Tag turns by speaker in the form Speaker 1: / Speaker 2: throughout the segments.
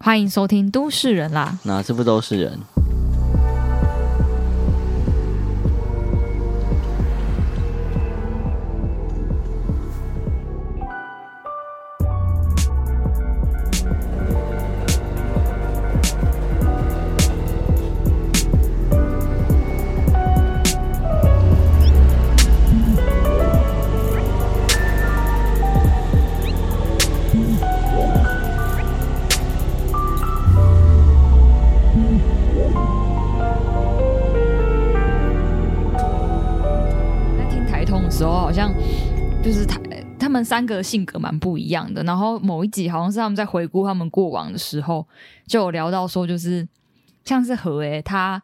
Speaker 1: 欢迎收听《都市人》啦。
Speaker 2: 哪次不都是人？
Speaker 1: 在听台通的时候，好像就是台他们三个性格蛮不一样的。然后某一集好像是他们在回顾他们过往的时候，就有聊到说，就是像是何诶、他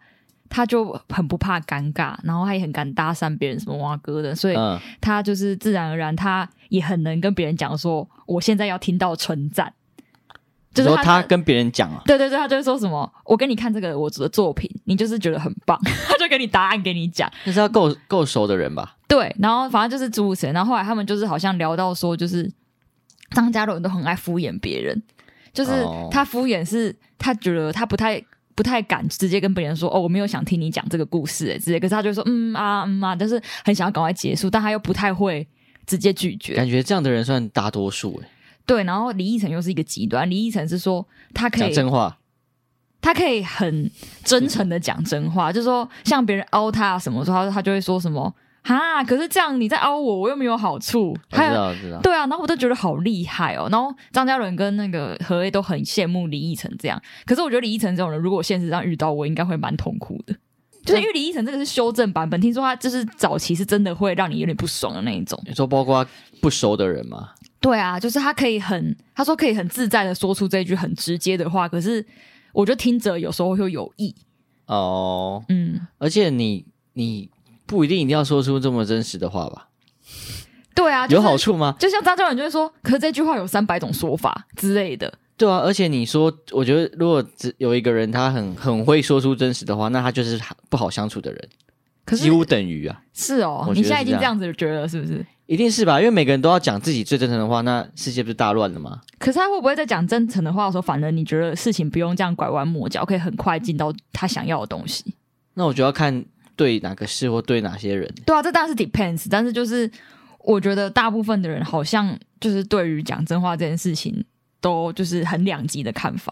Speaker 1: 他就很不怕尴尬，然后他也很敢搭讪别人什么蛙哥的，所以
Speaker 2: 嗯，
Speaker 1: 他就是自然而然，他也很能跟别人讲说，我现在要听到称赞，就
Speaker 2: 你
Speaker 1: 是
Speaker 2: 说
Speaker 1: 他
Speaker 2: 他跟别人讲啊，
Speaker 1: 对对对，他就会说什么，我给你看这个我的作品，你就是觉得很棒， 他就给你答案给你讲。
Speaker 2: 那是要够够熟的人吧？
Speaker 1: 对，然后反正就是诸如此类。然后后来他们就是好像聊到说，就是张家的人都很爱敷衍别人，就是
Speaker 2: 哦
Speaker 1: 他敷衍是他觉得他不太不太敢直接跟别人说哦，我没有想听你讲这个故事欸之类。可是他就说嗯啊嗯啊，但是很想要赶快结束，但他又不太会直接拒绝。
Speaker 2: 感觉这样的人算大多数哎、
Speaker 1: 对，然后李义成又是一个极端，李义成是说他可
Speaker 2: 讲
Speaker 1: 以
Speaker 2: 真话，
Speaker 1: 他可以很真诚的讲真话，就说像别人凹他什么时候，他他就会说什么哈，可是这样你在凹我，我又没有好处。
Speaker 2: 我知
Speaker 1: 还有
Speaker 2: 道，我知道。
Speaker 1: 对啊，然后我就觉得好厉害哦。然后张嘉伦跟那个何 A 都很羡慕李易成这样，可是我觉得李易成这种人，如果现实上遇到我，应该会蛮痛苦的。就是因为李易成这个是修正版本，听说他就是早期是真的会让你有点不爽的那一种。
Speaker 2: 你说包括不熟的人嘛，
Speaker 1: 对啊，就是他可以很，他说可以很自在的说出这一句很直接的话，可是我觉得听者有时候会有意，
Speaker 2: 哦，
Speaker 1: 嗯。
Speaker 2: 而且你你不一定一定要说出这么真实的话吧？
Speaker 1: 对啊，
Speaker 2: 有好
Speaker 1: 处。
Speaker 2: 处吗？
Speaker 1: 就像张教授就会说，可是这句话有三百种说法之类的。
Speaker 2: 对啊，而且你说，我觉得如果只有一个人他很很会说出真实的话，那他就是不好相处的人，
Speaker 1: 可是
Speaker 2: 几乎等于啊，
Speaker 1: 是哦，
Speaker 2: 我觉得
Speaker 1: 你现在已经
Speaker 2: 是
Speaker 1: 这
Speaker 2: 这
Speaker 1: 样
Speaker 2: 样
Speaker 1: 子觉得了是不是？
Speaker 2: 一定是吧？因为每个人都要讲自己最真诚的话，那世界不是大乱了吗？
Speaker 1: 可是他会不会在讲真诚的话的时候，反而你觉得事情不用这样拐弯抹角，可以很快进到他想要的东西？
Speaker 2: 那我就要看对哪个事或对哪些人。
Speaker 1: 对啊，这当然是 depends，但是就是我觉得大部分的人好像就是对于讲真话这件事情。都就是很两极的看法，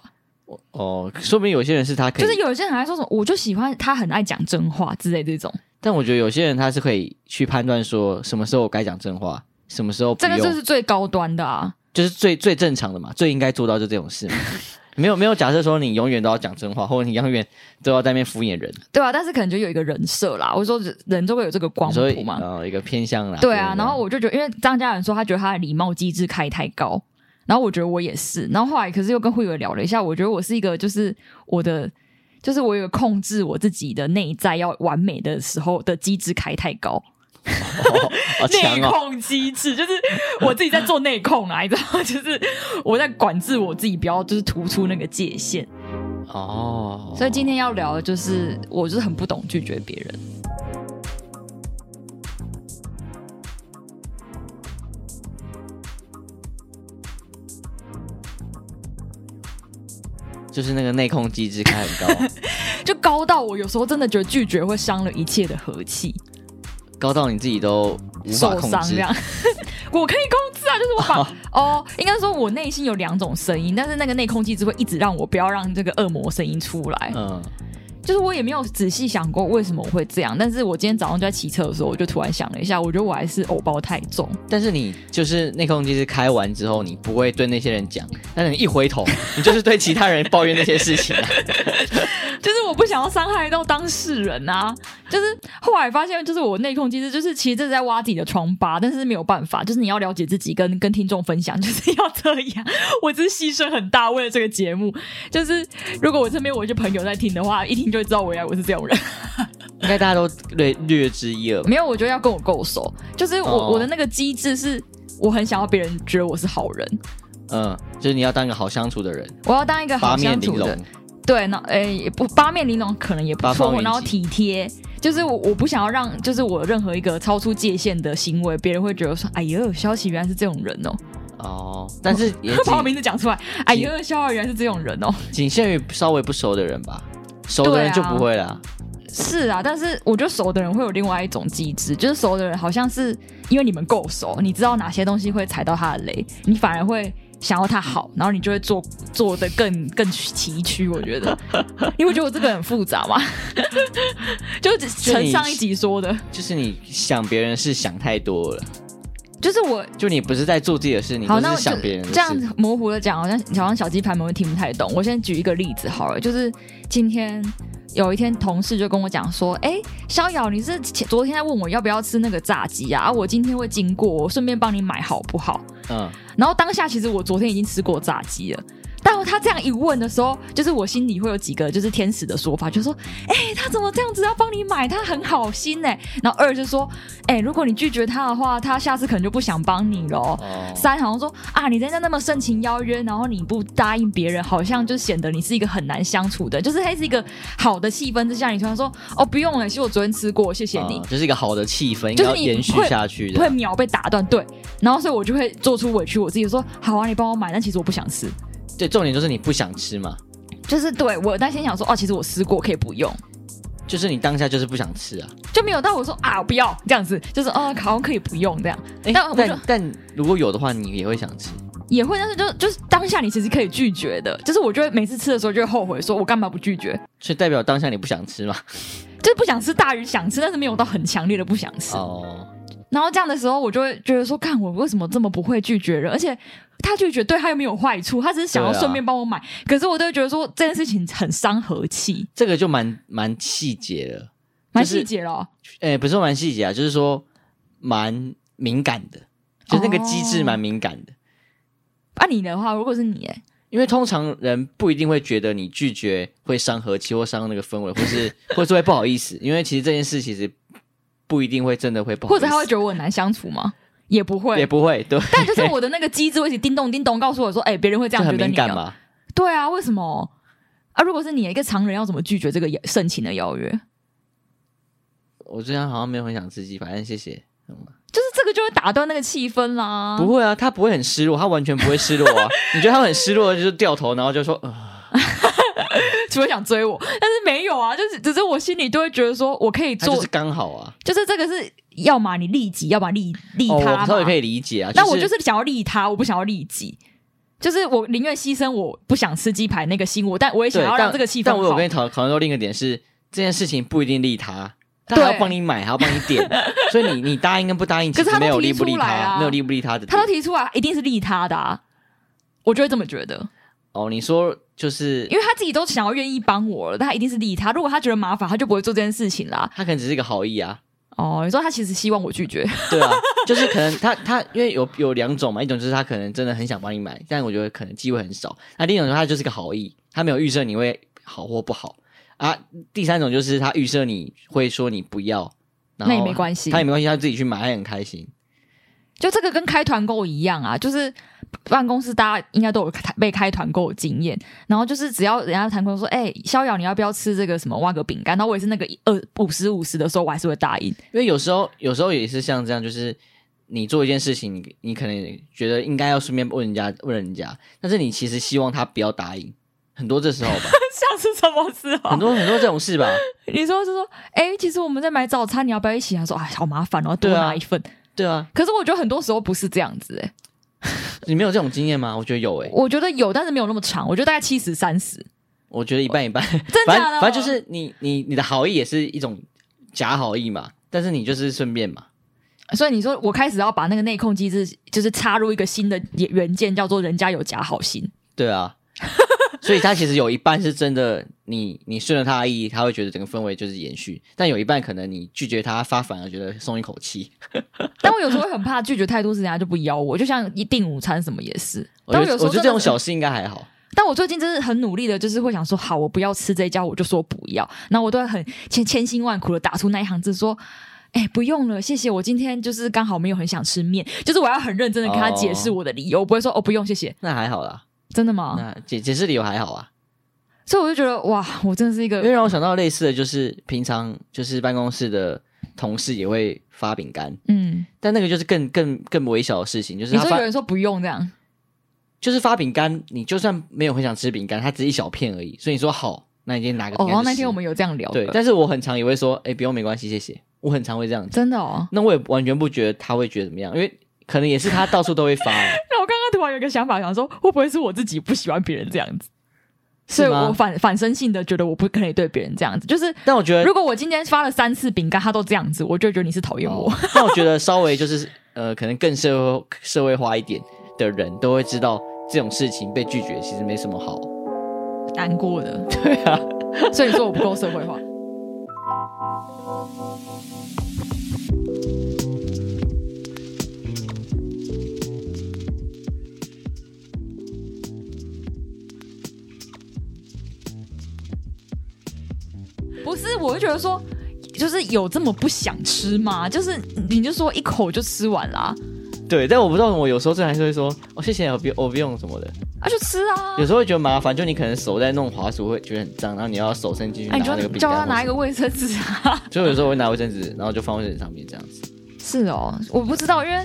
Speaker 2: 哦，说明有些人是他可
Speaker 1: 就
Speaker 2: 以，
Speaker 1: 是有些人还说什么，我就喜欢他很爱讲真话之类这种，
Speaker 2: 但我觉得有些人他是可以去判断说什么时候我该讲真话，什么时候不
Speaker 1: 这
Speaker 2: 用，
Speaker 1: 个就是最高端的啊。
Speaker 2: 就是最最正常的嘛，最应该做到就这种事嘛。 没有没有，假设说你永远都要讲真话，或者你永远都要在那边敷衍人，
Speaker 1: 对啊，但是可能就有一个人设啦。我说人就会有这个光
Speaker 2: 你说
Speaker 1: 谱嘛，
Speaker 2: 呃一个偏向啦。
Speaker 1: 对啊。
Speaker 2: 不
Speaker 1: 然后我就觉得，因为张家人说他觉得他的礼貌机制开太高，然后我觉得我也是。然后后来可是又跟慧伟聊了一下，我觉得我是一个就是我的就是我有个控制我自己的内在要完美的时候的机制开太高，
Speaker 2: 好强
Speaker 1: 内
Speaker 2: 哦，
Speaker 1: 控机制就是我自己在做内控啊，你知道吗， 就是我在管制我自己，不要就是突出那个界限。
Speaker 2: 哦，
Speaker 1: 所以今天要聊的就是，我就是很不懂拒绝别人。
Speaker 2: 就是那个内控机制开很高，
Speaker 1: 就高到我有时候真的觉得拒绝会伤了一切的和气，
Speaker 2: 高到你自己都无法
Speaker 1: 受
Speaker 2: 控
Speaker 1: 伤这
Speaker 2: 制
Speaker 1: 样。 我可以控制啊，就是我 把哦，应该说我内心有两种声音，但是那个内控机制会一直让我不要让这个恶魔声音出来。
Speaker 2: 嗯，
Speaker 1: 就是我也没有仔细想过为什么我会这样，但是我今天早上就在骑车的时候，我就突然想了一下，我觉得我还是偶包太重。
Speaker 2: 但是你就是内控机制开完之后，你不会对那些人讲，但是你一回头，你就是对其他人抱怨那些事 情、啊。
Speaker 1: 就是我不想要伤害到当事人啊。就是后来发现，就是我内控机制，就是其实这是在挖自己的疮疤，但是没有办法，就是你要了解自己跟，跟听众分享， 就是要这样。我只是牺牲很大，为了这个节目。就是如果我身边我一些朋友在听的话，一听就会知道我原来我是这种人。
Speaker 2: 应该大家都略略知一二吧。
Speaker 1: 没有，我觉得要跟我够熟。就是我、
Speaker 2: 哦
Speaker 1: 我的那个机制是。我很想要别人觉得我是好人，
Speaker 2: 嗯，就是你要当一个好相处的人，
Speaker 1: 我要当一个好
Speaker 2: 八
Speaker 1: 相
Speaker 2: 面玲
Speaker 1: 处的
Speaker 2: 珑，
Speaker 1: 对，那诶、也不八面玲珑可能也不
Speaker 2: 八方
Speaker 1: 错，
Speaker 2: 云
Speaker 1: 然后
Speaker 2: 集
Speaker 1: 体贴，就是我我不想要让 就是我任何一个超出界限的行为，别人会觉得说，哎呦，消息原来是这种人哦、
Speaker 2: 哦，但是 也
Speaker 1: 把我
Speaker 2: 仅
Speaker 1: 名字讲出来，哎呦，肖二原来是这种人哦。
Speaker 2: 仅限于稍微不熟的人吧，熟的人就
Speaker 1: 对啊
Speaker 2: 不会啦。
Speaker 1: 是啊，但是我觉得熟的人会有另外一种机制，就是熟的人好像是因为你们够熟，你知道哪些东西会踩到他的雷，你反而会想要他好，然后你就会做 做的更更崎岖。我觉得， 因为我觉得我这个很复杂嘛， 就只
Speaker 2: 就
Speaker 1: 承
Speaker 2: 你
Speaker 1: 上一集说的，
Speaker 2: 就是你想别人是想太多了，
Speaker 1: 就是我
Speaker 2: 就你不是在做自己的事，你
Speaker 1: 好，
Speaker 2: 都
Speaker 1: 那
Speaker 2: 是
Speaker 1: 我
Speaker 2: 想
Speaker 1: 就
Speaker 2: 别人的事。
Speaker 1: 这样子模糊的讲，好像好像小鸡排们会听不太懂。我先举一个例子好了，就是今天有一天同事就跟我讲说，哎、逍遥，你是前昨天在问我要不要吃那个炸鸡啊？啊，我今天会经过，我顺便帮你买好不好？
Speaker 2: 嗯，
Speaker 1: 然后当下其实我昨天已经吃过炸鸡了。但他这样一问的时候，就是我心里会有几个就是天使的说法，就说：“哎、他怎么这样子要帮你买？他很好心哎、然后二就说：“哎、如果你拒绝他的话，他下次可能就不想帮你了。”
Speaker 2: 哦，
Speaker 1: 三好像说啊，你人家那么盛情邀约，然后你不答应别人，好像就显得你是一个很难相处的，就是还是一个好的气氛之下，你突然说哦不用了，其实我昨天吃过，谢谢你
Speaker 2: 嗯，就是一个好的气氛，应
Speaker 1: 就
Speaker 2: 该
Speaker 1: 是
Speaker 2: 要
Speaker 1: 你
Speaker 2: 延续
Speaker 1: 会
Speaker 2: 下去
Speaker 1: 会
Speaker 2: 的。
Speaker 1: 秒被打断，对，然后所以我就会做出委屈我自己说好啊，你帮我买，但其实我不想吃，
Speaker 2: 对，重点就是你不想吃嘛，
Speaker 1: 就是对我但先想说哦，其实我吃过可以不用。
Speaker 2: 就是你当下就是不想吃啊。
Speaker 1: 就没有到我说啊，我不要这样子，就是哦，好像可以不用这样，
Speaker 2: 诶
Speaker 1: 但我就
Speaker 2: 哎但但如果有的话，你也会想吃。
Speaker 1: 也会，但是就就是当下你其实可以拒绝的，就是我就会每次吃的时候就会后悔，说我干嘛不拒绝？
Speaker 2: 所以代表当下你不想吃嘛？
Speaker 1: 就是不想吃大于想吃，但是没有到很强烈的不想吃。
Speaker 2: 哦，
Speaker 1: 然后这样的时候，我就会觉得说，看我为什么这么不会拒绝人，而且他拒绝对他又没有坏处，他只是想要
Speaker 2: 对啊
Speaker 1: 顺便帮我买。可是我都会觉得说这件事情很伤和气，
Speaker 2: 这个就蛮蛮细节了，
Speaker 1: 蛮
Speaker 2: 就是
Speaker 1: 细节了哦。
Speaker 2: 诶，不是说蛮细节啊，就是说蛮敏感的，就是那个机制
Speaker 1: 哦
Speaker 2: 蛮敏感的。
Speaker 1: 啊，你的话，如果是你耶，
Speaker 2: 因为通常人不一定会觉得你拒绝会伤和气或伤那个氛围，或是或是会不好意思，因为其实这件事其实不一定会真的会不好意
Speaker 1: 或
Speaker 2: 思，
Speaker 1: 者他会觉得我很难相处吗？也不
Speaker 2: 哦也
Speaker 1: 会。
Speaker 2: 不会对，
Speaker 1: 但就是我的那个机制会一直叮咚叮咚告诉我说，哎、别人会这
Speaker 2: 就
Speaker 1: 样
Speaker 2: 很
Speaker 1: 觉得
Speaker 2: 敏
Speaker 1: 你
Speaker 2: 感
Speaker 1: 哦。
Speaker 2: 嘛。
Speaker 1: 对啊，为什么？啊，如果是你一个常人，要怎么拒绝这个盛情的邀约？
Speaker 2: 我之前好像没有很想吃鸡，反正谢谢。
Speaker 1: 就是这个就会打断那个气氛啦。
Speaker 2: 不会啊，他不会很失落，他完全不会失落 啊。你觉得他很失落，就是掉头，然后就说，呃、
Speaker 1: 除了想追我，但是没有啊，就是只是我心里都会觉得说，我可以
Speaker 2: 他
Speaker 1: 做，
Speaker 2: 就
Speaker 1: 就是是、
Speaker 2: 刚好啊。
Speaker 1: 这个是要么你利己，要么利利
Speaker 2: 哦，
Speaker 1: 他嘛。
Speaker 2: 我稍微可以理解啊。
Speaker 1: 那我就是是想要利他，我不想要利己。就是我宁愿牺牲我不想吃鸡排那个心我，但我也
Speaker 2: 对
Speaker 1: 想要让
Speaker 2: 但
Speaker 1: 这个气氛
Speaker 2: 但
Speaker 1: 好。
Speaker 2: 我有跟你讨讨论到另一个点是，这件事情不一定利他，他
Speaker 1: 对
Speaker 2: 还要帮你买，还要帮你点，所以你你答应跟不答应，
Speaker 1: 可是
Speaker 2: 其实
Speaker 1: 他都
Speaker 2: 没有利
Speaker 1: 提
Speaker 2: 不利
Speaker 1: 出来
Speaker 2: 他，
Speaker 1: 啊
Speaker 2: 没有利不利他的
Speaker 1: 他都
Speaker 2: 点
Speaker 1: 提出来，一定是利他的、啊，我就会这么觉得，啊
Speaker 2: 哦，你说就是
Speaker 1: 因为他自己都想要愿意帮我了，但他一定是利他。如果他觉得麻烦，他就不会做这件事情啦。
Speaker 2: 他可能只是一个好意啊，
Speaker 1: 哦，你说他其实希望我拒绝，
Speaker 2: 对啊， 就是可能他他因为有有两种嘛，一种就是他可能真的很想帮你买，但我觉得可能机会很少；那另一种就是他就是个好意，他没有预设你会好或不好啊。第三种就是他预设你会说你不要，然
Speaker 1: 那也
Speaker 2: 后
Speaker 1: 没关系
Speaker 2: 他也没关系，他自己去买，他也很开心。
Speaker 1: 就这个跟开团购一样啊，就是办公室大家应该都有开被开团购的经验，然后就是只要人家谈过说，哎、逍遥你要不要吃这个什么挖个饼干？然后我也是那个一二五十五十的时候，我还是会答应。
Speaker 2: 因为有时候，有时候也是像这样，就是你做一件事情，你你可能觉得应该要顺便问人家问人家，但是你其实希望他不要答应，很多这时候吧，
Speaker 1: 像是什么时
Speaker 2: 很
Speaker 1: 候？
Speaker 2: 多很多这种事吧，
Speaker 1: 你说是说，哎、其实我们在买早餐，你要不要一起？他说，哎，好麻烦哦，多
Speaker 2: 对啊
Speaker 1: 拿一份。
Speaker 2: 对啊，
Speaker 1: 可是我觉得很多时候不是这样子、哎，
Speaker 2: 你没有这种经验吗？我觉得有欸诶、
Speaker 1: 我觉得有，但是没有那么长，我觉得大概七十三十。
Speaker 2: 我觉得一半一半，
Speaker 1: 真
Speaker 2: 反
Speaker 1: 假的
Speaker 2: 正反正就是你你你的好意也是一种假好意嘛，但是你就是顺便嘛，
Speaker 1: 所以你说我开始要把那个内控机制，就是插入一个新的元件，叫做人家有假好心。
Speaker 2: 对啊。 所以他其实有一半是真的你，你顺着他的意，他会觉得整个氛围就是延续；但有一半可能你拒绝他，他反而觉得松一口气。
Speaker 1: 但我有时候会很怕拒绝太多次，人家就不邀我，就像一订午餐什么也是。
Speaker 2: 我
Speaker 1: 但
Speaker 2: 觉
Speaker 1: 我有
Speaker 2: 得
Speaker 1: 时候
Speaker 2: 我觉得这
Speaker 1: 真
Speaker 2: 种
Speaker 1: 的是，
Speaker 2: 小事应该还好。
Speaker 1: 但我最近真是很努力的，就是会想说，好，我不要吃这一家，我就说不要，然后我都会很千千辛万苦的打出那一行字说。哎、不用了，谢谢。我今天就是刚好没有很想吃面，就是我要很认真的跟他解释我的理由，我不会说哦不用谢谢，
Speaker 2: 那还好啦，
Speaker 1: 真的吗？
Speaker 2: 那解解释理由还好啊。
Speaker 1: 所以我就觉得哇，我真的是一
Speaker 2: 因为
Speaker 1: 个
Speaker 2: 让我想到类似的就是，平常就是办公室的同事也会发饼干，
Speaker 1: 嗯，
Speaker 2: 但那个就是更更更微小的事情，就是
Speaker 1: 你
Speaker 2: 他
Speaker 1: 说有
Speaker 2: 发
Speaker 1: 人说不用这样，
Speaker 2: 就是发饼干，你就算没有很想吃饼干，它只是一小片而已，所以你说好，那你今天拿个饼
Speaker 1: 哦，
Speaker 2: 干去吃
Speaker 1: 那天我们有这样聊
Speaker 2: 对，
Speaker 1: 的，
Speaker 2: 但是我很常也会说，哎、不用没关系，谢谢，我很常会这样子。
Speaker 1: 真的哦。
Speaker 2: 那我也完全不觉得他会觉得怎么样，因为可能也是他到处都会发、啊
Speaker 1: 那我刚刚突然有一个想法，想说会不会是我自己不喜欢别人这样子，所以
Speaker 2: 是吗
Speaker 1: 我反反身性的觉得我不可以对别人这样子，就是。
Speaker 2: 但我觉得
Speaker 1: 如果我今天发了三次饼干，他都这样子，我就觉得你是讨厌我。
Speaker 2: 哦那我觉得稍微就是呃，可能更社会社会化一点的人都会知道这种事情被拒绝其实没什么好。
Speaker 1: 难过的。对啊，所以你说我不够社会化。不是，我就觉得说，就是有这么不想吃吗？就是你就说一口就吃完啦、
Speaker 2: 对，但我不知道，我有时候真的还是会说，哦，谢谢，我不我不用什么的。
Speaker 1: 啊，就吃啊。
Speaker 2: 有时候会觉得麻烦，就你可能手在弄滑鼠会觉得很脏，然后你要手伸进去拿
Speaker 1: 哎，你
Speaker 2: 那
Speaker 1: 就
Speaker 2: 个饼干或什
Speaker 1: 叫他
Speaker 2: 么。
Speaker 1: 拿一个卫生纸啊。
Speaker 2: 所以有时候我会拿卫生纸，然后就放卫生纸上面这样子。
Speaker 1: 是哦，我不知道，因为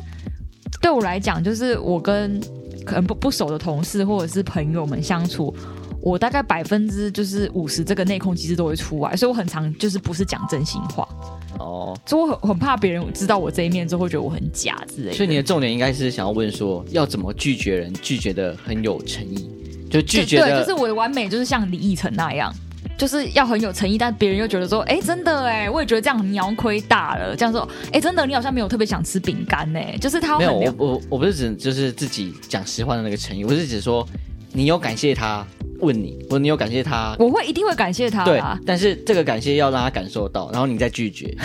Speaker 1: 对我来讲，就是我跟可能不不熟的同事或者是朋友们相处，我大概百分之就是五十这个内控机制都会出来，所以我很常就是不是讲真心话，
Speaker 2: 哦，
Speaker 1: 所以我很很怕别人知道我这一面之后会觉得我很假之类的。
Speaker 2: 所以你的重点应该是想要问说，要怎么拒绝人，拒绝的很有诚意，就拒绝
Speaker 1: 对，就
Speaker 2: 的
Speaker 1: 是我的完美就是像李易成那样。就是要很有诚意，但别人又觉得说，哎、真的哎，我也觉得这样你要亏大了。这样说，哎、真的你好像没有特别想吃饼干呢，就是他
Speaker 2: 没
Speaker 1: 会
Speaker 2: 有，
Speaker 1: 很了
Speaker 2: 我我我不是指就是自己讲实话的那个诚意，我是指说你有感谢他问你，或者你有感谢他，
Speaker 1: 我会一定会感谢他
Speaker 2: 对
Speaker 1: 啦。，
Speaker 2: 但是这个感谢要让他感受到，然后你再 拒绝。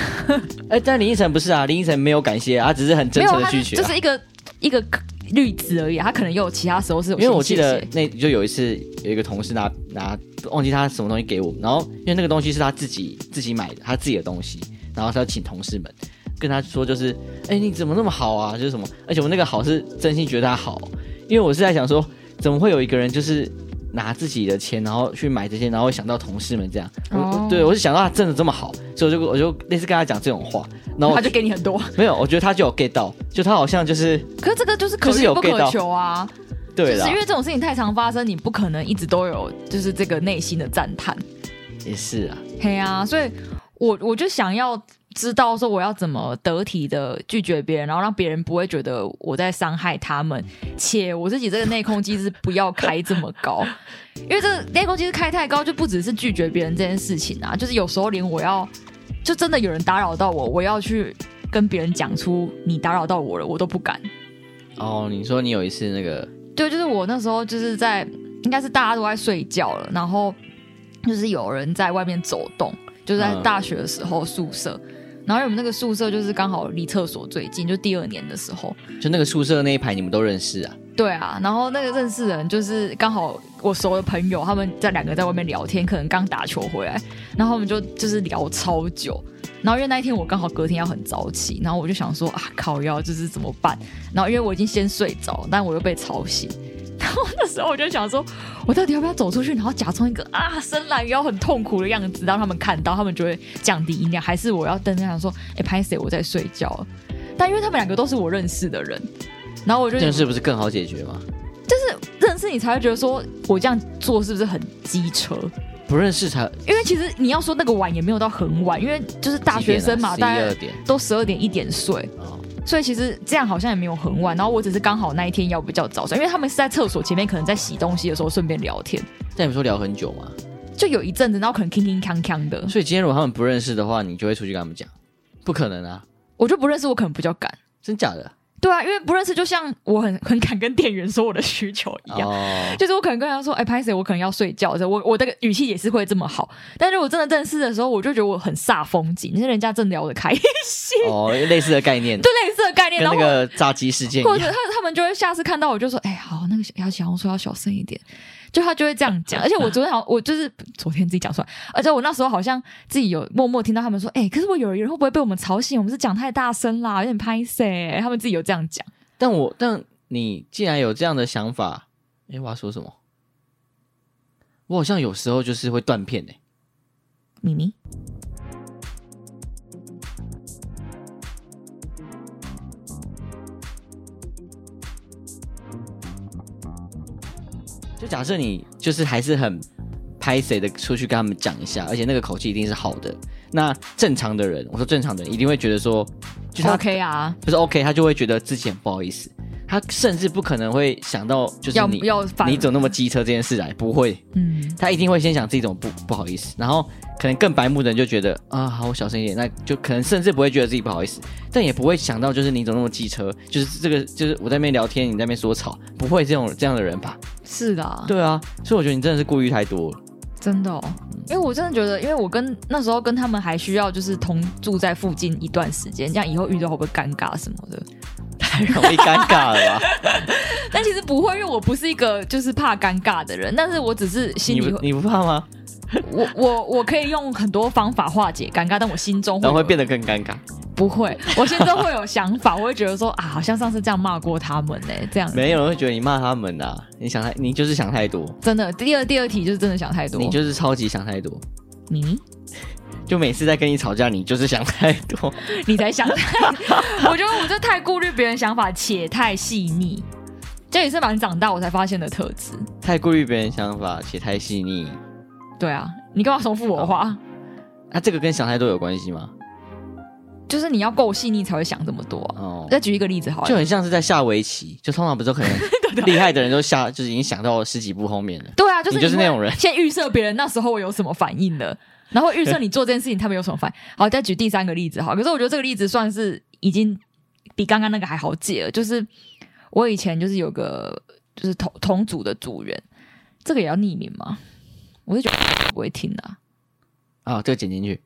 Speaker 2: 哎、但林依晨不是啊，林依晨没有感谢啊，他只是很真
Speaker 1: 没有，
Speaker 2: 诚
Speaker 1: 他
Speaker 2: 的拒绝、啊。
Speaker 1: 就是一个一个例子而已啊。他可能也有其他时候是有
Speaker 2: 因为我记
Speaker 1: 先谢
Speaker 2: 得
Speaker 1: 谢
Speaker 2: 那就有一次有一个同事拿拿忘记他什么东西给我，然后因为那个东西是他自己自己买的，他自己的东西，然后他要请同事们跟他说就是，哎、你怎么那么好啊？就是什么，而且我那个好是真心觉得他好，因为我是在想说，怎么会有一个人就是拿自己的钱然后去买这些，然后会想到同事们这样，我、
Speaker 1: 哦
Speaker 2: 我对我是想到他真的这么好，所以我就我就类似跟他讲这种话，然后我
Speaker 1: 他就给你很多，
Speaker 2: 没有，我觉得他就有 get 到，就他好像就是
Speaker 1: 可是这个就是可
Speaker 2: 就是
Speaker 1: 遇
Speaker 2: 有
Speaker 1: 不
Speaker 2: get
Speaker 1: 可
Speaker 2: 到
Speaker 1: 求啊，
Speaker 2: 对
Speaker 1: 就
Speaker 2: 了
Speaker 1: 是因，为这种事情太常发生，你不可能一直都有就是这个内心的赞叹，
Speaker 2: 也是啊。
Speaker 1: 嘿啊，所以我我就想要知道说我要怎么得体的拒绝别人，然后让别人不会觉得我在伤害他们，且我自己这个内控机制不要开这么高， 因为这个内控机制开太高，就不只是拒绝别人这件事情啊，就是有时候连我要就真的有人打扰到我，我要去跟别人讲出你打扰到我了，我都不敢。
Speaker 2: 哦，你说你有一次那个，
Speaker 1: 对，就是我那时候就是在，应该是大家都在睡觉了，然后就是有人在外面走动，就是在
Speaker 2: 嗯
Speaker 1: 大学的时候宿舍，然后因为我们那个宿舍就是刚好离厕所最近，就第二年的时候，
Speaker 2: 就那个宿舍那一排你们都认识啊？
Speaker 1: 对啊，然后那个认识的人就是刚好我熟的朋友，他们在两个在外面聊天，可能刚打球回来，然后我们就就是聊超久。然后因为那一天我刚好隔天要很早起，然后我就想说啊靠腰就是怎么办？然后因为我已经先睡着，但我又被吵醒。然后那时候我就想说，我到底要不要走出去，然后假装一个啊伸懒腰很痛苦的样子，让他们看到，他们就会降低音量，还是我要跟他讲说，哎、拍谁我在睡觉？但因为他们两个都是我认识的人，然后我就
Speaker 2: 这件事不是更好解决吗？
Speaker 1: 认识你才会觉得说我这样做是不是很机车？
Speaker 2: 不认识才啊
Speaker 1: 因为其实你要说那个晚也没有到很晚，因为就是大学生嘛，
Speaker 2: 十一
Speaker 1: 大
Speaker 2: 二
Speaker 1: 家
Speaker 2: 点
Speaker 1: 都啊十二点一点睡，
Speaker 2: 哦，
Speaker 1: 所以其实这样好像也没有很晚。然后我只是刚好那一天要比较早睡，因为他们是在厕所前面，可能在洗东西的时候顺便聊天，
Speaker 2: 但你们说聊很久嘛，
Speaker 1: 就有一阵子，然后可能铿铿锵锵的，
Speaker 2: 所以今天如果他们不认识的话，你就会出去跟他们讲，不可能啊，
Speaker 1: 我就不认识，我可能比较敢。
Speaker 2: 真假的？
Speaker 1: 对啊，因为不认识，就像我很 很敢跟店员说我的需求一样。
Speaker 2: 哦，
Speaker 1: 就是我可能跟他说，哎、拍谁？我可能要睡觉的时候，我我的语气也是会这么好。但是我真的认识的时候，我就觉得我很煞风景，因为人家正聊得开心，
Speaker 2: 哦，类似的概念，
Speaker 1: 就类似的概念。
Speaker 2: 跟
Speaker 1: 然
Speaker 2: 那
Speaker 1: 后
Speaker 2: 个炸鸡事件
Speaker 1: 或
Speaker 2: 一
Speaker 1: 者
Speaker 2: 样。
Speaker 1: 他他们就会下次看到我就说，哎、好，那个小小红书要小声一点。就他就会这样讲，而且我昨天好像，我就是昨天自己讲出来，而且我那时候好像自己有默默听到他们说，哎、可是我有人会不会被我们吵醒？我们是讲太大声啦，有点拍谁、他们自己有这样讲。
Speaker 2: 但我但你既然有这样的想法，哎，我要说什么？我好像有时候就是会断片哎、
Speaker 1: 咪咪，
Speaker 2: 假设你就是还是很拍谁的出去跟他们讲一下，而且那个口气一定是好的。那正常的人，我说正常的人一定会觉得说，就是他
Speaker 1: OK 啊，
Speaker 2: 就是 OK，他就会觉得自己很不好意思，他甚至不可能会想到就是
Speaker 1: 要
Speaker 2: 你
Speaker 1: 要反
Speaker 2: 你怎么那么机车这件事来，不会，
Speaker 1: 嗯，
Speaker 2: 他一定会先想自己怎么不不好意思，然后可能更白目的人就觉得啊，好，我小声一点，那就可能甚至不会觉得自己不好意思，但也不会想到就是你怎么那么机车，就是这个就是我在那边聊天，你在那边说吵，不会这种这样的人吧？
Speaker 1: 是的，
Speaker 2: 对啊，所以我觉得你真的是顾虑太多 了。
Speaker 1: 真的、哦，因为我真的觉得，因为我跟那时候跟他们还需要就是同住在附近一段时间，这样以后遇到会不会尴尬什么 的？
Speaker 2: 太容易尴尬了吧？
Speaker 1: 但其实不会，因为我不是一个就是怕尴尬的人，但是我只是心
Speaker 2: 你
Speaker 1: 里
Speaker 2: 不
Speaker 1: 会，
Speaker 2: 你不怕吗？
Speaker 1: 我我我可以用很多方法化解尴尬，但我心中
Speaker 2: 然后
Speaker 1: 会
Speaker 2: 会
Speaker 1: 有
Speaker 2: 变得更尴尬。
Speaker 1: 不会，我心中会有想法，我会觉得说啊，好像上次这样骂过他们呢、这样
Speaker 2: 没有人会觉得你骂他们啊，你想太，你就是想太多，
Speaker 1: 真的。第二第二题就是真的想太多，
Speaker 2: 你就是超级想太多。
Speaker 1: 你
Speaker 2: 就每次在跟你吵架，你就是想太 多。
Speaker 1: 你才想太，我觉得我这太顾虑别人想法，且太细腻，这也是蛮长大我才发现的特质。
Speaker 2: 太顾虑别人想法，且太细腻。
Speaker 1: 对啊，你干嘛重复我的话？
Speaker 2: 那、啊这个跟想太多有关系吗？
Speaker 1: 就是你要够细腻才会想这么多、啊。
Speaker 2: 哦，
Speaker 1: 再举一个例子好
Speaker 2: 就
Speaker 1: 了，
Speaker 2: 很像是在下围棋，就通常不是可 能厉害的人都下，就是已经想到十几步后面了。
Speaker 1: 对啊，就是
Speaker 2: 你就是
Speaker 1: 会
Speaker 2: 那种人
Speaker 1: 先预设别人那时候有什么反应的，然后预设你做这件事情他们有什么反应。好，再举第三个例子好了，可是我觉得这个例子算是已经比刚刚那个还好解了。就是我以前就是有个就是同同组的组员，这个也要匿名吗？我是觉得不会听的啊、
Speaker 2: 啊、这个剪进去。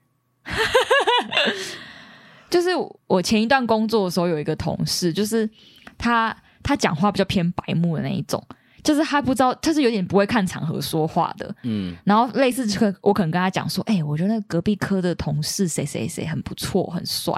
Speaker 1: 就是我前一段工作的时候，有一个同事，就是他他讲话比较偏白目的那一种，就是他不知道，他是有点不会看场合说话的。
Speaker 2: 嗯，
Speaker 1: 然后类似这个，我可能跟他讲说，哎、我觉得那隔壁科的同事谁谁谁很不错，很帅。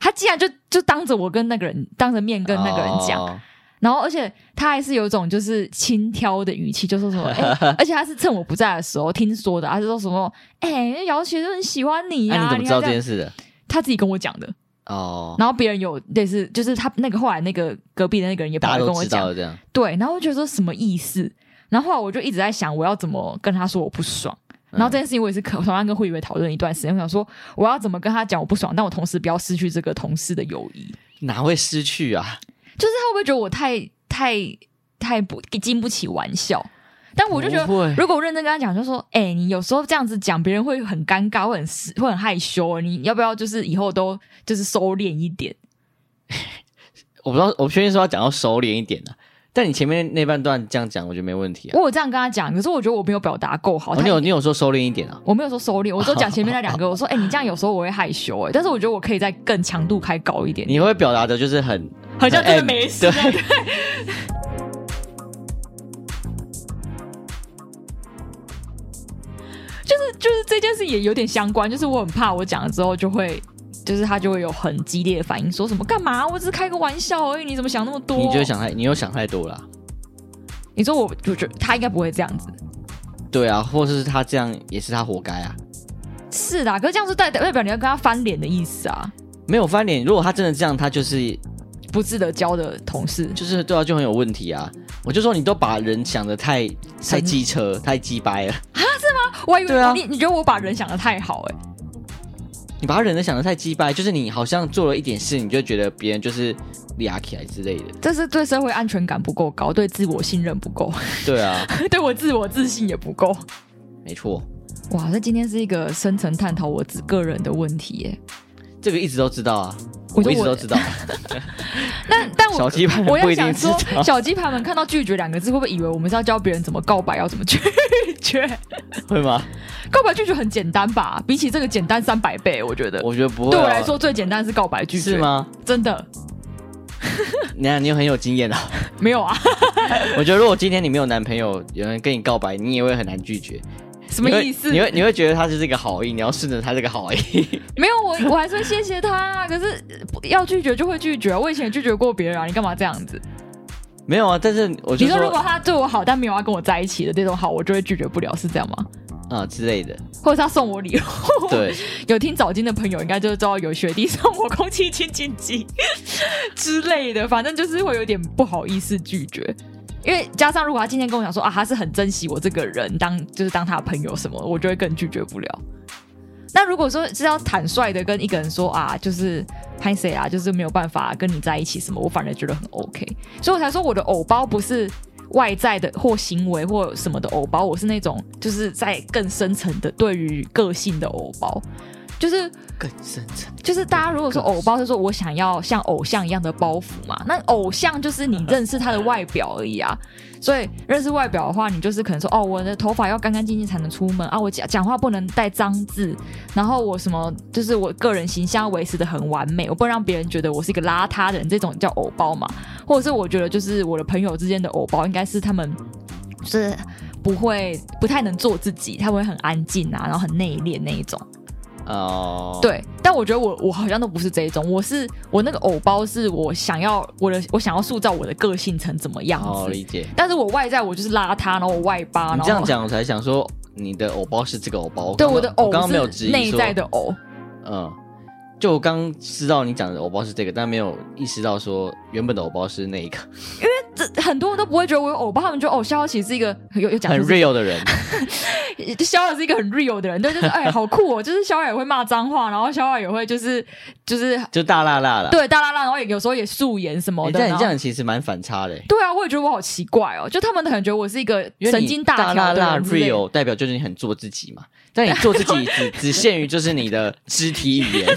Speaker 1: 他竟然就就当着我跟那个人当着面跟那个人讲，
Speaker 2: 哦
Speaker 1: 然后而且他还是有一种就是轻佻的语气，就说什么， 哎而且他是趁我不在的时候听说的，他是说什么，哎、姚学就很喜欢你
Speaker 2: 那、
Speaker 1: 呀、
Speaker 2: 啊你怎么
Speaker 1: 你
Speaker 2: 知道
Speaker 1: 还
Speaker 2: 这
Speaker 1: 这样
Speaker 2: 件事的？
Speaker 1: 他自己跟我讲的。
Speaker 2: 哦，
Speaker 1: 然后别人有类似，就是他那个后来那个隔壁的那个人也跑
Speaker 2: 大
Speaker 1: 来
Speaker 2: 家
Speaker 1: 跟
Speaker 2: 都
Speaker 1: 我
Speaker 2: 知道
Speaker 1: 讲，
Speaker 2: 了这样。
Speaker 1: 对，然后我就觉得说什么意思？然后后来我就一直在想，我要怎么跟他说我不爽。然
Speaker 2: 嗯
Speaker 1: 后这件事情我也是可同样跟慧宇讨论一段时间，我想说我要怎么跟他讲我不爽，但我同时不要失去这个同事的友谊。
Speaker 2: 哪会失去啊？
Speaker 1: 就是他会不会觉得我太太太不经不起玩笑？但我就觉
Speaker 2: 不会
Speaker 1: 得，如果我认真跟他讲，就说：“哎、你有时候这样子讲，别人会很尴尬，会很失会很害羞。哦你要不要就是以后都就是收敛一点？”
Speaker 2: 我不知道，我确定说要讲到收敛一点的、啊但你前面那半段这样讲，我觉得没问题啊。
Speaker 1: 我有这样跟他讲，可是我觉得我没有表达够好。
Speaker 2: 哦、
Speaker 1: 他
Speaker 2: 你
Speaker 1: 也
Speaker 2: 有你有说收敛一点啊？
Speaker 1: 我没有说收敛，我说讲前面那两个，我说哎、欸你这样有时候我会害羞哎、欸但是我觉得我可以再更强度开高一点，
Speaker 2: 你会表达的就是很
Speaker 1: 好像真的
Speaker 2: 很
Speaker 1: 没事
Speaker 2: 对，
Speaker 1: 就是就是这件事也有点相关，就是我很怕我讲了之后就会，就是他就会有很激烈的反应，说什么干嘛？我只是开个玩笑而已，你怎么想那么多？
Speaker 2: 你就想太，你又想太多了啊、
Speaker 1: 你说我，我觉得他应该不会这样子，
Speaker 2: 对啊，或者是他这样也是他活该啊。
Speaker 1: 是啦，可是这样是代代表你要跟他翻脸的意思啊，
Speaker 2: 没有翻脸，如果他真的这样，他就是
Speaker 1: 不值得交的同事，
Speaker 2: 就是对啊，就很有问题啊。我就说你都把人想的太太
Speaker 1: 神
Speaker 2: 机车、太鸡掰了，
Speaker 1: 我还以为、
Speaker 2: 对啊
Speaker 1: 你你觉得我把人想的太好哎、欸
Speaker 2: 你把人的想的太鸡掰，就是你好像做了一点事，你就觉得别人就是俩起来之类的。
Speaker 1: 这是对社会安全感不够高，对自我信任不够，
Speaker 2: 对啊，
Speaker 1: 对我自我自信也不够。
Speaker 2: 没错，
Speaker 1: 哇，这今天是一个深层探讨我自个人的问题欸耶。
Speaker 2: 这个一直都知道啊，
Speaker 1: 我
Speaker 2: 我
Speaker 1: 觉得
Speaker 2: 一直
Speaker 1: 我
Speaker 2: 都知道。
Speaker 1: 但但 我
Speaker 2: 小鸡排
Speaker 1: 我
Speaker 2: 不
Speaker 1: 要
Speaker 2: 一定
Speaker 1: 想
Speaker 2: 知
Speaker 1: 说
Speaker 2: 道，
Speaker 1: 小鸡排们看到“拒绝”两个字，会不会以为我们是要教别人怎么告白，要怎么拒绝？
Speaker 2: 会吗？
Speaker 1: 告白拒绝很简单吧？比起这个简单三百倍，我觉得。
Speaker 2: 我觉得不会、啊。
Speaker 1: 对我来说，最简单是告白拒绝，
Speaker 2: 是？吗？
Speaker 1: 真的
Speaker 2: 你看，你很有经验啊。
Speaker 1: 没有啊？
Speaker 2: 我觉得如果今天你没有男朋友，有人跟你告白，你也会很难拒绝。
Speaker 1: 什么
Speaker 2: 你会
Speaker 1: 意思？
Speaker 2: 你会你会觉得他是这个好意，你要顺着他这个好意。
Speaker 1: 没有我，我还是会谢谢他啊。可是呃要拒绝就会拒绝，我以前也拒绝过别人啊，你干嘛这样子？
Speaker 2: 没有啊，但是我就
Speaker 1: 你说
Speaker 2: 说
Speaker 1: 如果他对我好，但没有要跟我在一起的这种好，我就会拒绝不了，是这样吗？
Speaker 2: 啊、之 类的，
Speaker 1: 或者是他送我礼物？
Speaker 2: 对，
Speaker 1: 有听早金的朋友应该就知道，有学弟送我空气清净机之类的，反正就是会有点不好意思拒绝。因为加上如果他今天跟我讲说啊，他是很珍惜我这个人，当就是当他的朋友什么的，我就会更拒绝不了。那如果说是要坦率的跟一个人说啊，就是拍谁啊，就是没有办法跟你在一起什么，我反而觉得很 OK，所以我才说我的偶包不是外在的或行为或什么的偶包，我是那种就是在更深层的对于个性的偶包，就是
Speaker 2: 更深层。
Speaker 1: 就是大家如果说偶包，是说我想要像偶像一样的包袱嘛？那偶像就是你认识他的外表而已啊。所以认识外表的话，你就是可能说，哦，我的头发要干干净净才能出门啊，我讲讲话不能带脏字，然后我什么就是我个人形象要维持的很完美，我不能让别人觉得我是一个邋遢的人，这种叫偶包嘛。或者是我觉得就是我的朋友之间的偶包，应该是他们就是不会不太能做自己，他们会很安静啊，然后很内敛那一种。
Speaker 2: 哦，，
Speaker 1: 对，但我觉得我我好像都不是这一种，我是我那个偶包是我想要我的我想要塑造我的个性成怎么样
Speaker 2: 哦，
Speaker 1: 子，
Speaker 2: 理解。
Speaker 1: 但是我外在我就是邋遢，然后我外八，然
Speaker 2: 你
Speaker 1: 后
Speaker 2: 这样讲，我才想说你的偶包是这个偶包。
Speaker 1: 对
Speaker 2: 刚刚
Speaker 1: 我的偶
Speaker 2: 刚刚没有质
Speaker 1: 是
Speaker 2: 疑
Speaker 1: 内
Speaker 2: 说
Speaker 1: 在的偶，
Speaker 2: 嗯，就我刚知道你讲的偶包是这个，但没有意识到说原本的偶包是那一个
Speaker 1: 这很多人都不会觉得我有偶包，他们觉得哦，逍遥其实是一个有有讲
Speaker 2: 很
Speaker 1: 是
Speaker 2: real 的人。
Speaker 1: 逍遥是一个很 real 的人，对，就是哎好酷哦，就是逍遥也会骂脏话，然后逍遥也会就是就是
Speaker 2: 就大辣辣 了。
Speaker 1: 对大啦啦，然后也有时候也素颜什么
Speaker 2: 诶，
Speaker 1: 的，
Speaker 2: 但你
Speaker 1: 然
Speaker 2: 这
Speaker 1: 后
Speaker 2: 样其实蛮反差的欸，
Speaker 1: 对啊，我也觉得我好奇怪哦，就他们可能觉得我是一个
Speaker 2: 因为
Speaker 1: 神
Speaker 2: 你
Speaker 1: 经
Speaker 2: 大
Speaker 1: 条
Speaker 2: 辣
Speaker 1: 的
Speaker 2: 辣
Speaker 1: 人之类的
Speaker 2: real 代表就是你很做自己嘛。但你做自 己只只限于就是你的肢体语
Speaker 1: 啊
Speaker 2: 言，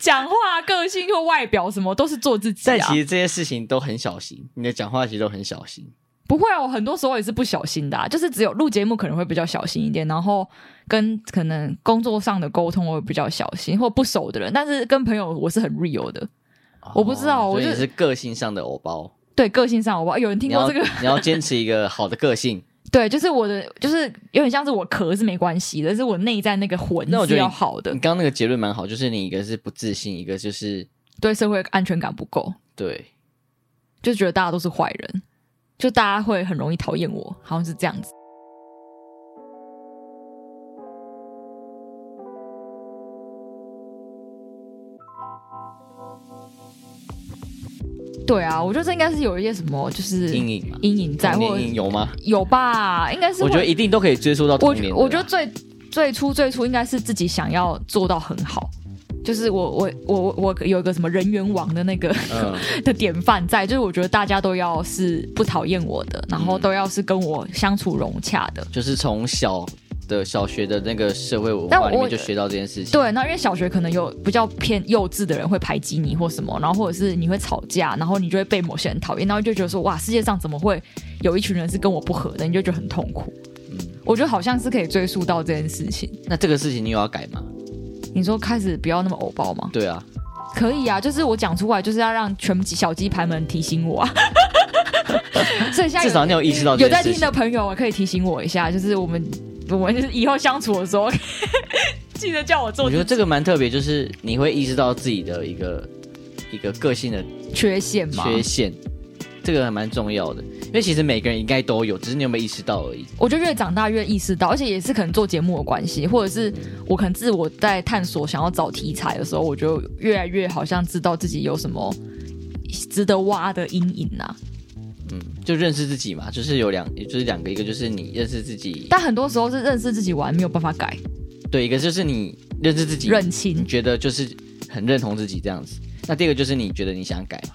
Speaker 1: 讲话、个性或外表什么都是做自己
Speaker 2: 但
Speaker 1: 啊
Speaker 2: 其。实这些事情都很小心，你的讲话其实都很小心。
Speaker 1: 不会啊，我很多时候也是不小心的、啊，就是只有录节目可能会比较小心一点，然后跟可能工作上的沟通我会比较小心，或不熟的人，但是跟朋友我是很 real 的。我不知道
Speaker 2: 哦
Speaker 1: 我
Speaker 2: 所以你
Speaker 1: 就是
Speaker 2: 个性上的偶包，
Speaker 1: 对个性上，我有人听
Speaker 2: 你
Speaker 1: 过
Speaker 2: 要
Speaker 1: 这个？
Speaker 2: 你要坚持一个好的个性。
Speaker 1: 对，就是我的，就是有点像是我壳是没关系的，但是我内在那个魂
Speaker 2: 那我觉
Speaker 1: 是
Speaker 2: 得
Speaker 1: 要好的
Speaker 2: 你，刚刚那个结论蛮好，就是你一个是不自信，一个就是
Speaker 1: 对社会安全感不够，
Speaker 2: 对。
Speaker 1: 就觉得大家都是坏人，就大家会很容易讨厌我，好像是这样子。对啊，我觉得这应该是有一些什么，就是
Speaker 2: 阴影嘛
Speaker 1: 阴影在，
Speaker 2: 童
Speaker 1: 或
Speaker 2: 年
Speaker 1: 者
Speaker 2: 阴影有吗？
Speaker 1: 有吧，应该是
Speaker 2: 我
Speaker 1: 会
Speaker 2: 觉得一定都可以追溯到
Speaker 1: 我
Speaker 2: 童
Speaker 1: 觉
Speaker 2: 年的啦。啊
Speaker 1: 我觉得最最初最初应该是自己想要做到很好，就是我我我我我有一个什么人猿王的那个、
Speaker 2: 嗯
Speaker 1: 的典范在，就是我觉得大家都要是不讨厌我的，然
Speaker 2: 嗯
Speaker 1: 后都要是跟我相处融洽的。
Speaker 2: 就是从小的小学的那个社会文
Speaker 1: 但
Speaker 2: 化里
Speaker 1: 我
Speaker 2: 面就学到这件事情。
Speaker 1: 对，那因为小学可能有比较偏幼稚的人会排挤你或什么，然后或者是你会吵架，然后你就会被某些人讨厌，然后就觉得说哇，世界上怎么会有一群人是跟我不合的，你就觉得很痛苦。
Speaker 2: 嗯
Speaker 1: 我觉得好像是可以追溯到这件事情。
Speaker 2: 那这个事情你有要改吗？
Speaker 1: 你说开始不要那么偶包吗？
Speaker 2: 对啊，
Speaker 1: 可以啊，就是我讲出来，就是要让全小鸡排们提醒我、啊。 所以现在
Speaker 2: 至少你有意识到
Speaker 1: 有
Speaker 2: 这
Speaker 1: 在
Speaker 2: 件
Speaker 1: 听
Speaker 2: 事情
Speaker 1: 的。朋友，可以提醒我一下，就是我们 我们就是以后相处的时候， 记得叫我做
Speaker 2: 我觉得这个蛮特别，就是你会意识到自己的一个一个个性的
Speaker 1: 缺陷嘛。
Speaker 2: 缺陷，这个还蛮重要的。因为其实每个人应该都有，只是你有没有意识到而已。
Speaker 1: 我觉得越长大越意识到，而且也是可能做节目的关系，或者是我可能自我在探索想要找题材的时候，我就越来越好像知道自己有什么值得挖的阴影啊。
Speaker 2: 嗯，就认识自己嘛，就是有两，就是两个，一个就是你认识自己，
Speaker 1: 但很多时候是认识自己玩没有办法改，
Speaker 2: 对，一个就是你认识自己，
Speaker 1: 认清
Speaker 2: 你觉得就是很认同自己这样子。那第二个就是你觉得你想改嘛，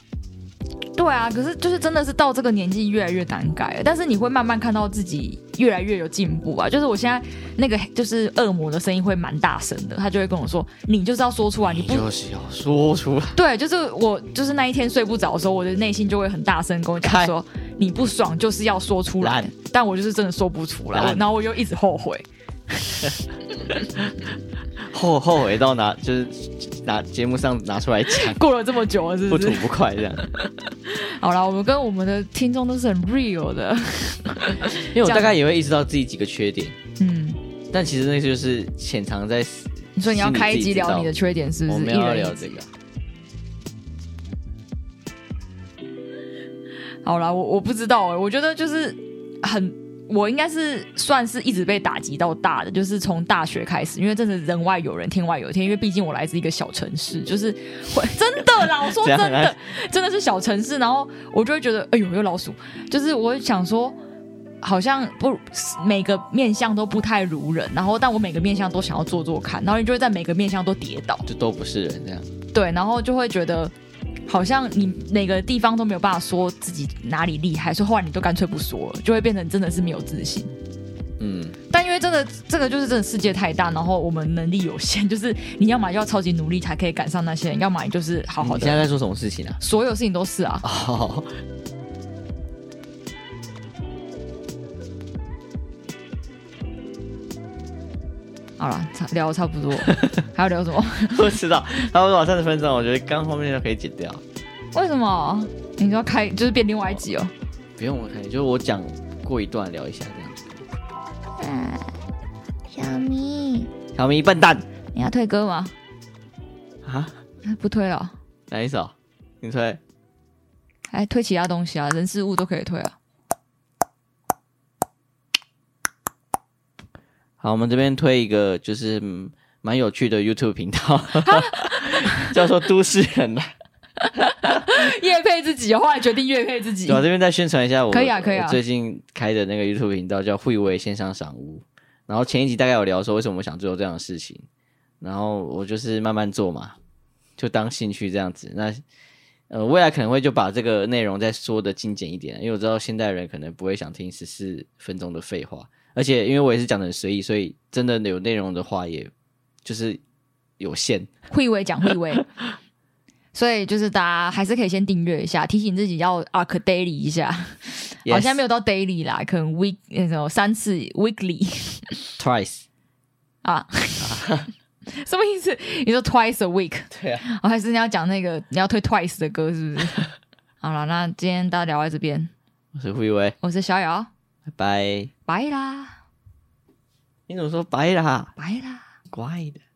Speaker 1: 对啊，可是就是真的是到这个年纪越来越难改了，但是你会慢慢看到自己越来越有进步啊。就是我现在那个就是恶魔的声音会蛮大声的，他就会跟我说：“你就是要说出来，你不
Speaker 2: 就是要说出来。
Speaker 1: 对。”就是我就是那一天睡不着的时候，我的内心就会很大声跟我讲说：“你不爽就是要说出来
Speaker 2: 烂。”
Speaker 1: 但我就是真的说不出来，
Speaker 2: 烂
Speaker 1: 我然后我就一直后悔。，
Speaker 2: 后后悔到拿就是拿节目上拿出来讲
Speaker 1: 过了这么久了，是不
Speaker 2: 不吐
Speaker 1: 是？
Speaker 2: 不快这样。
Speaker 1: 好啦，我们跟我们的听众都是很 real 的，
Speaker 2: 因为我大概也会意识到自己几个缺点，
Speaker 1: 嗯。
Speaker 2: 但其实那就是潜藏在心里自己知道。
Speaker 1: 你说你要开一集聊你的缺点，是不
Speaker 2: 我
Speaker 1: 是？
Speaker 2: 们
Speaker 1: 一
Speaker 2: 要
Speaker 1: 人一
Speaker 2: 聊
Speaker 1: 集
Speaker 2: 这个，
Speaker 1: 欸好啦，我我不知道哎、我觉得就是很我应该是算是一直被打击到大的，就是从大学开始，因为真的人外有人，天外有天。因为毕竟我来自一个小城市，就是会 真的啦，我说真
Speaker 2: 怎样啊
Speaker 1: 的，真的是小城市。然后我就会觉得，哎呦，有老鼠，就是我会想说，好像不每个面相都不太如人，然后但我每个面相都想要做做看，然后你就会在每个面相都跌倒，
Speaker 2: 就都不是人这样。
Speaker 1: 对，然后就会觉得。好像你哪个地方都没有办法说自己哪里厉害，所以后来你都干脆不说了，就会变成真的是没有自信。
Speaker 2: 嗯，
Speaker 1: 但因为真的，这个就是真的世界太大，然后我们能力有限， 就是你要么就要超级努力才可以赶上那些人，要么你就是好好
Speaker 2: 你现在
Speaker 1: 的，
Speaker 2: 在说什么事情 啊？
Speaker 1: 所有事情都是啊。
Speaker 2: 哦，
Speaker 1: 好了，差聊得差 不多，还要聊什么？
Speaker 2: 不知道，差不多三十分钟，我觉得刚后面就可以剪掉，
Speaker 1: 为什么？你说开就是变另外一集哦？
Speaker 2: 不用我看，就是我讲过一段聊一下这样子。
Speaker 3: 啊，小咪，
Speaker 2: 小明笨蛋
Speaker 1: 你要退歌吗？
Speaker 2: 啊，
Speaker 1: 不退了，
Speaker 2: 哪一首？你吹
Speaker 1: 还退其他东西啊，人事物都可以退啊。
Speaker 2: 好，我们这边推一个就是嗯蛮有趣的 YouTube 频道， 叫做都市人啊啦。
Speaker 1: 叶配自己哦，后来决定叶配自己
Speaker 2: 对、啊，这边再宣传一下我，
Speaker 1: 可以啊可以啊
Speaker 2: 我最近开的那个 YouTube 频道叫“惠威线上赏屋”，然后前一集大概有聊说为什么我想做这样的事情，然后我就是慢慢做嘛，就当兴趣这样子。那呃，未来可能会就把这个内容再说的精简一点，因为我知道现代人可能不会想听十四分钟的废话，而且因为我也是讲的很随意，所以真的有内容的话，也就是有限。
Speaker 1: 会威讲会威。所以就是大家还是可以先订阅一下，提醒自己要 arc daily 一下。好像没有到 daily 啦，可能 week 那种三次 weekly
Speaker 2: Yes, twice，
Speaker 1: 啊，什么意思？你说 twice a week，
Speaker 2: 对啊。
Speaker 1: 哦，还是你要讲那个你要推 twice 的歌是不是？好了，那今天大家聊到这边，
Speaker 2: 我是惠威，
Speaker 1: 我是小瑶，
Speaker 2: 拜拜。
Speaker 1: 拜啦，
Speaker 2: 你怎么说拜啦？
Speaker 1: 拜啦。
Speaker 2: 怪的。